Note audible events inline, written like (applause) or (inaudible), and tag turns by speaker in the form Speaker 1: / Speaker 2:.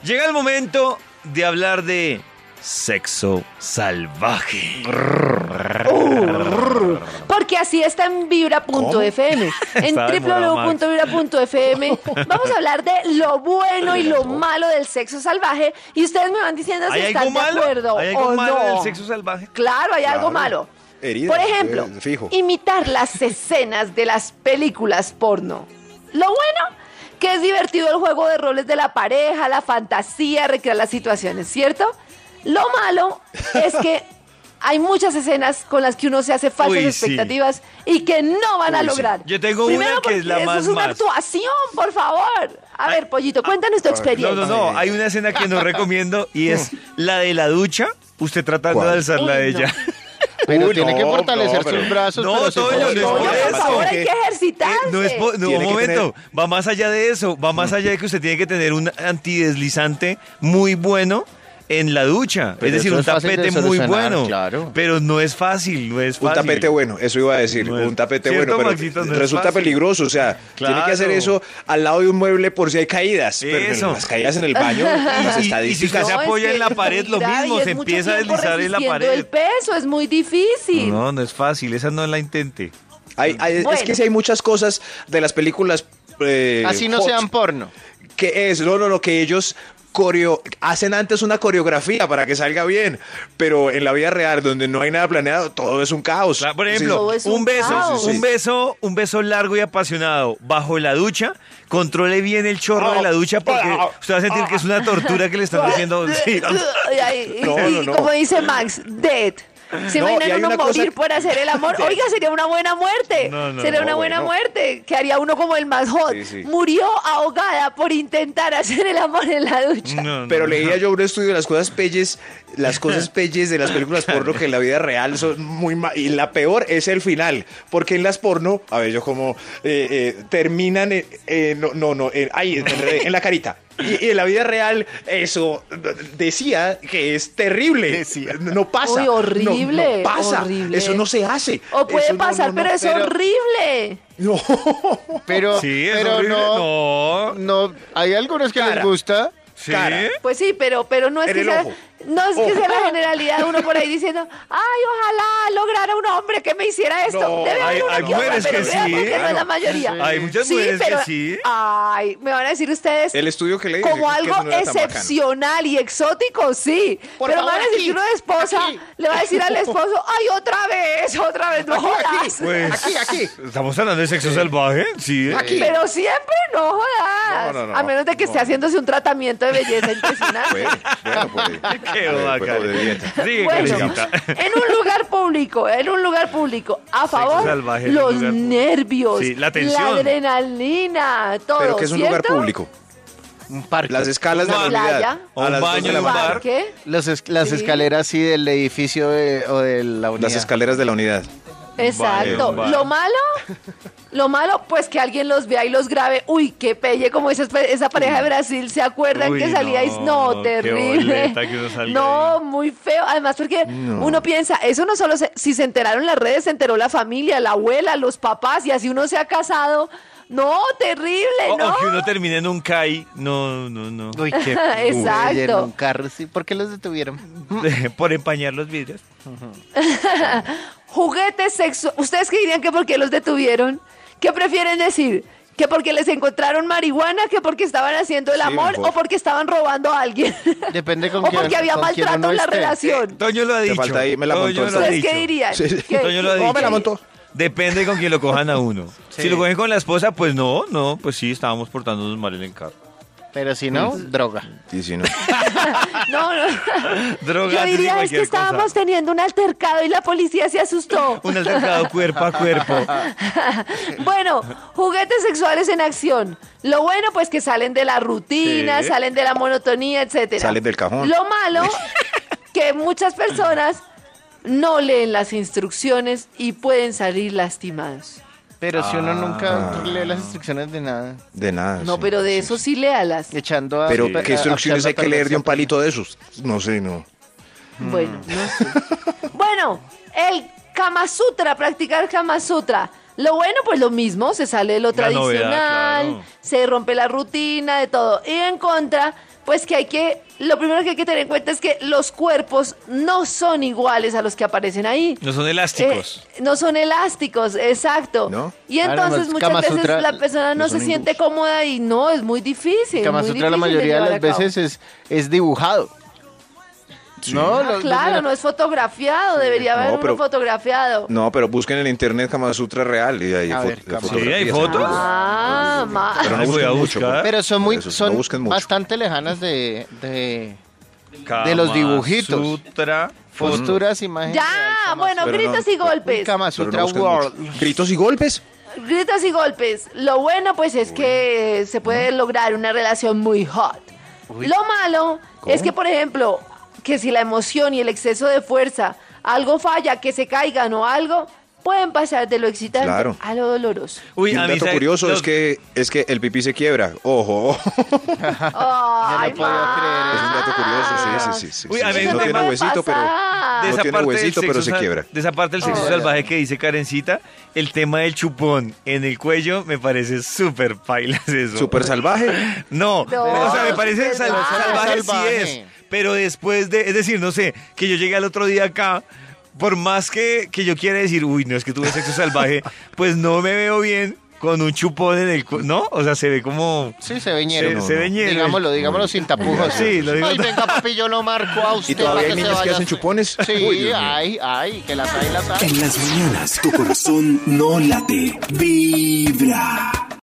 Speaker 1: Llega el momento de hablar de sexo salvaje.
Speaker 2: Uh, porque así está en vibra.fm. En
Speaker 1: Está demorado, Max.
Speaker 2: www.vibra.fm
Speaker 1: (laughs)
Speaker 2: vamos a hablar de lo bueno y lo malo del sexo salvaje y ustedes me van diciendo si
Speaker 1: ¿Hay
Speaker 2: están
Speaker 1: algo
Speaker 2: de
Speaker 1: malo?
Speaker 2: acuerdo
Speaker 1: ¿Hay algo
Speaker 2: o
Speaker 1: malo
Speaker 2: no.
Speaker 1: del sexo salvaje?
Speaker 2: Claro, hay algo
Speaker 3: Claro.
Speaker 2: malo.
Speaker 3: Heridas,
Speaker 2: Por ejemplo,
Speaker 3: eh, fijo.
Speaker 2: imitar las escenas de las películas porno. Lo bueno, que es divertido el juego de roles de la pareja, la fantasía, recrear las situaciones, ¿cierto? Lo malo es
Speaker 3: (laughs)
Speaker 2: que hay muchas escenas con las que uno se hace falsas
Speaker 1: Uy, sí.
Speaker 2: expectativas y que no van a
Speaker 3: Uy, sí.
Speaker 2: lograr.
Speaker 1: Yo tengo
Speaker 2: Primero,
Speaker 1: una que es la
Speaker 2: porque eso
Speaker 1: más
Speaker 2: es una
Speaker 1: más.
Speaker 2: actuación, por favor. A
Speaker 1: Ay,
Speaker 2: ver, Pollito, cuéntanos tu
Speaker 3: Ah,
Speaker 1: No, no,
Speaker 2: experiencia.
Speaker 1: no. Hay una escena que no recomiendo y es
Speaker 4: (laughs)
Speaker 1: la de la ducha. Usted tratando de
Speaker 3: ¿Cuál?
Speaker 1: alzarla de
Speaker 2: Uy,
Speaker 1: ella.
Speaker 4: Pero
Speaker 3: Uy,
Speaker 4: tiene que
Speaker 3: no,
Speaker 4: fortalecer
Speaker 3: no, pero-
Speaker 4: sus brazos.
Speaker 1: No,
Speaker 4: pero se
Speaker 1: Toño,
Speaker 4: puede.
Speaker 1: no es
Speaker 2: Oye,
Speaker 1: por
Speaker 2: por
Speaker 1: eso.
Speaker 2: favor, hay que ejercitarse.
Speaker 1: Eh, no es po- no, un
Speaker 3: Tiene que
Speaker 1: momento, va más allá de eso, va más allá de que usted tiene que tener un antideslizante muy bueno en la ducha,
Speaker 4: Pero
Speaker 1: es decir,
Speaker 4: eso
Speaker 1: un
Speaker 4: es fácil de
Speaker 1: tapete muy
Speaker 4: solucionar,
Speaker 1: bueno,
Speaker 4: claro.
Speaker 1: pero no es fácil, no es
Speaker 3: Un
Speaker 1: fácil.
Speaker 3: tapete bueno, eso iba a decir,
Speaker 1: No es-
Speaker 3: un tapete
Speaker 1: ¿Cierto,
Speaker 3: bueno, pero
Speaker 1: Maxito? No es
Speaker 3: resulta
Speaker 1: fácil.
Speaker 3: peligroso, o sea, tiene
Speaker 1: Claro.
Speaker 3: que hacer eso al lado de un mueble por si hay caídas,
Speaker 1: Eso.
Speaker 3: pero pues, las caídas en el baño, las
Speaker 1: (laughs) y- y si
Speaker 3: estadísticas,
Speaker 1: usted se apoya
Speaker 2: es
Speaker 1: en la
Speaker 2: que es
Speaker 1: pared, lo
Speaker 2: grave
Speaker 1: mismo,
Speaker 2: y es
Speaker 1: se
Speaker 2: mucho
Speaker 1: empieza a
Speaker 2: tiempo
Speaker 1: deslizar en la
Speaker 2: resistiendo
Speaker 1: pared.
Speaker 2: el peso es muy difícil.
Speaker 1: No, no es fácil, esa no la intente.
Speaker 3: hay- hay- es
Speaker 2: Bueno.
Speaker 3: que si hay muchas cosas de las películas eh,
Speaker 4: Así no
Speaker 3: hot,
Speaker 4: sean porno.
Speaker 3: que es, no, no, no, que ellos coreo- hacen antes una coreografía para que salga bien, pero en la vida real donde no hay nada planeado, todo es un caos.
Speaker 1: Claro, por
Speaker 2: Todo
Speaker 1: ejemplo,
Speaker 2: es
Speaker 1: un
Speaker 2: un
Speaker 1: beso,
Speaker 2: caos.
Speaker 1: un beso, un beso largo y apasionado bajo la ducha. Controle bien el chorro de la ducha porque usted va a sentir que es una tortura que le están
Speaker 2: (laughs)
Speaker 1: diciendo. Sí.
Speaker 2: Y ahí- y-
Speaker 3: No, no,
Speaker 2: y
Speaker 3: no.
Speaker 2: como dice Max, dead. ¿Se
Speaker 3: No, y
Speaker 2: imaginan
Speaker 3: hay
Speaker 2: uno
Speaker 3: una cosa-
Speaker 2: morir por hacer el amor? Oiga, sería una buena muerte.
Speaker 1: No, no,
Speaker 2: sería
Speaker 1: no,
Speaker 2: una buena
Speaker 3: bueno.
Speaker 2: muerte. Que haría uno como el más hot.
Speaker 3: Sí, sí.
Speaker 2: Murió ahogada por intentar hacer el amor en la ducha.
Speaker 1: No, no,
Speaker 3: Pero
Speaker 1: no.
Speaker 3: leía yo un estudio de las cosas pelles, (laughs) las cosas pelles de las películas porno que en la vida real son muy mal. Y la peor es el final, porque en las porno, a ver, yo como eh, eh, terminan, en, eh, no, no, no, en, ay, me enredé, en la carita. Y, y en la vida real eso d- decía que es terrible.
Speaker 4: Decía.
Speaker 3: No pasa.
Speaker 2: Uy,
Speaker 3: no- no
Speaker 2: horrible,
Speaker 3: pasa.
Speaker 2: horrible.
Speaker 3: Eso no se hace.
Speaker 2: O puede
Speaker 3: Eso no, no,
Speaker 2: pasar,
Speaker 3: no,
Speaker 2: pero es
Speaker 3: pero-
Speaker 2: horrible.
Speaker 3: No.
Speaker 4: Pero,
Speaker 1: Sí, es
Speaker 4: pero
Speaker 1: horrible.
Speaker 4: no,
Speaker 1: No.
Speaker 4: no. Hay algunos que les
Speaker 3: Cara.
Speaker 4: gusta.
Speaker 1: ¿Sí?
Speaker 3: Cara.
Speaker 2: Pues sí, pero, pero no es
Speaker 3: En
Speaker 2: que
Speaker 3: el
Speaker 2: sea,
Speaker 3: ojo.
Speaker 2: no es que
Speaker 3: Ojo.
Speaker 2: sea la generalidad uno por ahí diciendo, ay, ojalá lograra un hombre que me hiciera esto.
Speaker 3: No,
Speaker 2: Debe
Speaker 1: hay-
Speaker 2: haber una
Speaker 1: hay
Speaker 2: que otra,
Speaker 1: mujeres
Speaker 2: pero
Speaker 1: que
Speaker 2: vea
Speaker 1: sí,
Speaker 2: por qué no es la
Speaker 3: claro.
Speaker 2: mayoría.
Speaker 1: Hay muchas mujeres que sí.
Speaker 2: Ay, me van a decir ustedes.
Speaker 3: El estudio que leí dice
Speaker 2: Como
Speaker 3: que
Speaker 2: algo
Speaker 3: eso no era tan bacano.
Speaker 2: excepcional y exótico, sí.
Speaker 4: Por
Speaker 2: pero me
Speaker 4: favor,
Speaker 2: van a decir
Speaker 4: aquí,
Speaker 2: que una esposa
Speaker 4: aquí.
Speaker 2: le va a decir al esposo, ay, otra vez, otra vez, no jodas.
Speaker 1: Pues,
Speaker 4: Aquí, aquí.
Speaker 1: ¿Estamos hablando de sexo salvaje? Sí. ¿eh?
Speaker 4: Aquí.
Speaker 2: Pero siempre no jodas.
Speaker 3: No, no, no,
Speaker 2: a menos de que
Speaker 3: no.
Speaker 2: esté haciéndose un tratamiento de belleza impresionante.
Speaker 3: Bueno, bueno, (laughs) pues,
Speaker 1: Qué
Speaker 3: a ver,
Speaker 1: va,
Speaker 3: pues,
Speaker 1: Karen.
Speaker 3: de dieta.
Speaker 1: Sigue,
Speaker 2: Bueno,
Speaker 1: Karencita.
Speaker 2: en un lugar público, en un lugar público, a favor,
Speaker 1: salvaje en un
Speaker 2: los
Speaker 1: lugar público.
Speaker 2: nervios,
Speaker 1: Sí, la tensión.
Speaker 2: adrenalina, todo.
Speaker 3: Pero que es un lugar
Speaker 2: ¿cierto?
Speaker 3: público.
Speaker 4: Un parque.
Speaker 3: Las
Speaker 4: Las,
Speaker 3: escalas de
Speaker 1: Una
Speaker 3: movilidad.
Speaker 2: playa.
Speaker 1: O
Speaker 3: a
Speaker 1: un
Speaker 3: las dos
Speaker 1: baño
Speaker 3: de
Speaker 1: en
Speaker 3: la
Speaker 1: un
Speaker 3: mañana.
Speaker 1: bar.
Speaker 2: Parque,
Speaker 4: es- las
Speaker 2: Sí.
Speaker 4: escaleras, sí, del edificio de- o de la unidad.
Speaker 3: Las escaleras de la unidad.
Speaker 1: Vale,
Speaker 2: Exacto.
Speaker 1: vale.
Speaker 2: Lo malo, lo malo, pues que alguien los vea y los grabe. Uy, qué pelle, como esa, esa pareja de Brasil, ¿se acuerdan
Speaker 1: Uy,
Speaker 2: que salíais?
Speaker 1: no,
Speaker 2: No,
Speaker 1: qué
Speaker 2: terrible.
Speaker 1: boleta que uno salga
Speaker 2: no,
Speaker 1: ahí.
Speaker 2: muy feo. Además, porque uno piensa, eso no solo se- si se enteraron las redes, se enteró la familia, la abuela, los papás, y así uno se ha casado. No, terrible,
Speaker 1: O,
Speaker 2: no.
Speaker 1: o que uno termine en un CAI. No, no, no.
Speaker 4: Uy,
Speaker 2: (laughs)
Speaker 4: qué
Speaker 2: Exacto.
Speaker 4: pelle, en un carro, sí. ¿Por qué los detuvieron?
Speaker 1: (laughs) Por empañar los vidrios.
Speaker 2: Juguetes sexuales. ¿Ustedes qué dirían que por qué los detuvieron? ¿Qué prefieren decir? ¿Que porque les encontraron marihuana? ¿Que porque estaban haciendo el
Speaker 3: Sí,
Speaker 2: amor?
Speaker 3: mejor.
Speaker 2: ¿O porque estaban robando a alguien?
Speaker 4: Depende con
Speaker 2: ¿O
Speaker 4: quién-
Speaker 2: porque había
Speaker 4: con quién
Speaker 2: maltrato
Speaker 4: uno
Speaker 2: en la
Speaker 4: esté.
Speaker 2: relación?
Speaker 1: Toño lo ha dicho.
Speaker 3: falta ahí, me la
Speaker 1: Toño lo
Speaker 3: montó
Speaker 1: ha
Speaker 2: ¿Ustedes qué
Speaker 1: dicho.
Speaker 2: dirían?
Speaker 3: Sí, sí.
Speaker 2: ¿Qué-
Speaker 1: Toño lo ha
Speaker 2: qué-
Speaker 1: dicho.
Speaker 3: me la montó.
Speaker 1: Depende con quién lo cojan a uno.
Speaker 4: Sí.
Speaker 1: Si lo cogen con la esposa, pues no, no, pues sí, estábamos portándonos mal en el carro.
Speaker 4: Pero si no, droga.
Speaker 3: Sí, sí, no.
Speaker 2: No, no.
Speaker 1: Drogas
Speaker 2: Yo
Speaker 1: y
Speaker 2: diría es que
Speaker 1: cualquier cosa.
Speaker 2: estábamos teniendo un altercado y la policía se asustó.
Speaker 1: Un altercado cuerpo a cuerpo.
Speaker 2: Bueno, juguetes sexuales en acción. Lo bueno, pues que salen de la rutina,
Speaker 1: Sí.
Speaker 2: salen de la monotonía, etcétera.
Speaker 3: Salen del cajón.
Speaker 2: Lo malo, que muchas personas no leen las instrucciones y pueden salir lastimados.
Speaker 4: Pero si uno
Speaker 3: Ah.
Speaker 4: nunca lee las instrucciones de nada,
Speaker 3: De nada.
Speaker 2: No,
Speaker 3: Ah, sí.
Speaker 2: pero de eso sí léalas.
Speaker 4: echando a...
Speaker 3: Pero,
Speaker 4: a-
Speaker 3: ¿qué instrucciones
Speaker 4: a-
Speaker 3: hay que leer de un palito de esos? No sé, no.
Speaker 1: Mm.
Speaker 2: Bueno, no sé. bueno, el Kama Sutra, practicar Kama Sutra. Lo bueno, pues lo mismo, se sale de lo
Speaker 1: La novedad,
Speaker 2: tradicional,
Speaker 1: claro.
Speaker 2: se rompe la rutina, de todo. Y en contra, Pues que hay que, lo primero que hay que tener en cuenta es que los cuerpos no son iguales a los que aparecen ahí.
Speaker 1: No son elásticos.
Speaker 2: Eh, no son elásticos, exacto.
Speaker 3: ¿No?
Speaker 2: Y
Speaker 4: Claro,
Speaker 2: entonces
Speaker 4: los
Speaker 2: muchas
Speaker 4: Kama
Speaker 2: veces
Speaker 4: Sutra
Speaker 2: la persona no
Speaker 4: no
Speaker 2: se
Speaker 4: son
Speaker 2: siente
Speaker 4: hindús.
Speaker 2: cómoda y no, es muy difícil.
Speaker 4: Kama
Speaker 2: muy
Speaker 4: Sutra la
Speaker 2: difícil
Speaker 4: mayoría de
Speaker 2: llevar
Speaker 4: las
Speaker 2: a cabo.
Speaker 4: veces es, es dibujado. No,
Speaker 2: Ah,
Speaker 4: Los- los de la-
Speaker 2: claro, no es fotografiado, debería haber
Speaker 3: No, pero-
Speaker 2: uno fotografiado.
Speaker 3: No, pero busquen en internet Kama Sutra real y hay,
Speaker 4: A
Speaker 3: fo-
Speaker 4: ver, Kama
Speaker 1: Sutra. Sí, hay
Speaker 3: fotografías.
Speaker 1: fotos.
Speaker 2: Ah, ma-
Speaker 3: Pero no
Speaker 1: Ay, voy
Speaker 3: busquen
Speaker 1: a
Speaker 3: mucho.
Speaker 1: buscar.
Speaker 3: por-
Speaker 4: Pero son
Speaker 3: por
Speaker 4: muy,
Speaker 3: Ah, eso,
Speaker 4: son
Speaker 3: no busquen mucho.
Speaker 4: bastante lejanas de, de
Speaker 3: Eh,
Speaker 1: Kama
Speaker 4: los dibujitos.
Speaker 1: Sutra, foto.
Speaker 4: posturas, imágenes.
Speaker 2: ya, bueno, pues.
Speaker 3: Pero
Speaker 2: gritos
Speaker 3: no,
Speaker 2: y golpes.
Speaker 4: Un Kama
Speaker 3: Pero no
Speaker 4: Sutra
Speaker 3: busquen
Speaker 4: World.
Speaker 3: mucho. Gritos y golpes.
Speaker 2: Gritos y golpes. Lo bueno, pues, es que se puede lograr una relación muy hot. Lo malo es que, por ejemplo, que si la emoción y el exceso de fuerza, algo falla, que se caigan o algo, pueden pasar de lo excitante
Speaker 3: Claro.
Speaker 2: a lo
Speaker 3: (laughs)
Speaker 2: doloroso.
Speaker 1: Uy,
Speaker 3: Y
Speaker 1: a
Speaker 3: un
Speaker 1: mí,
Speaker 3: dato
Speaker 1: ¿sabe?
Speaker 3: curioso
Speaker 1: Los-
Speaker 3: es que es que el pipí se quiebra. Ojo.
Speaker 2: Ay,
Speaker 4: podía creer
Speaker 2: Max.
Speaker 4: eso.
Speaker 3: Es un dato curioso, sí, sí, sí. sí,
Speaker 1: Uy,
Speaker 3: sí.
Speaker 1: a ver,
Speaker 3: no
Speaker 1: ¿qué
Speaker 3: tiene
Speaker 1: va a
Speaker 3: huesito, pero
Speaker 2: pasar?
Speaker 1: de
Speaker 3: no
Speaker 1: esa
Speaker 3: tiene
Speaker 1: parte del
Speaker 3: huesito, pero
Speaker 1: sexo
Speaker 3: se
Speaker 1: sal-
Speaker 3: quiebra.
Speaker 1: De esa parte del sexo
Speaker 2: Oh.
Speaker 1: salvaje que dice Karencita, el tema del chupón en el cuello me parece súper pailas eso.
Speaker 3: (laughs) Súper salvaje.
Speaker 1: No,
Speaker 2: No,
Speaker 1: o sea, me
Speaker 2: súper
Speaker 1: parece sal-
Speaker 2: mal.
Speaker 1: salvaje,
Speaker 4: Salvaje.
Speaker 1: sí es. Pero después de, es decir, no sé, que yo llegué al otro día acá, por más que, que yo quiera decir, uy, no es que tuve sexo salvaje, pues no me veo bien con un chupón en el cuello, ¿no? O sea, se ve como...
Speaker 4: Sí, se ve
Speaker 1: Se,
Speaker 4: ñero.
Speaker 1: se ve ñero.
Speaker 4: Digámoslo, digámoslo sin tapujos.
Speaker 1: Sí, lo digo-
Speaker 4: Ay, venga, papi, yo lo marco a usted.
Speaker 3: Y todavía
Speaker 4: para
Speaker 3: hay niñas
Speaker 4: se
Speaker 3: que
Speaker 4: vaya.
Speaker 3: hacen chupones. (laughs)
Speaker 4: Sí, ah,
Speaker 3: Uy, Dios mío.
Speaker 4: ay, ay, que las hay, las hay.
Speaker 5: En las mañanas tu corazón no late, vibra.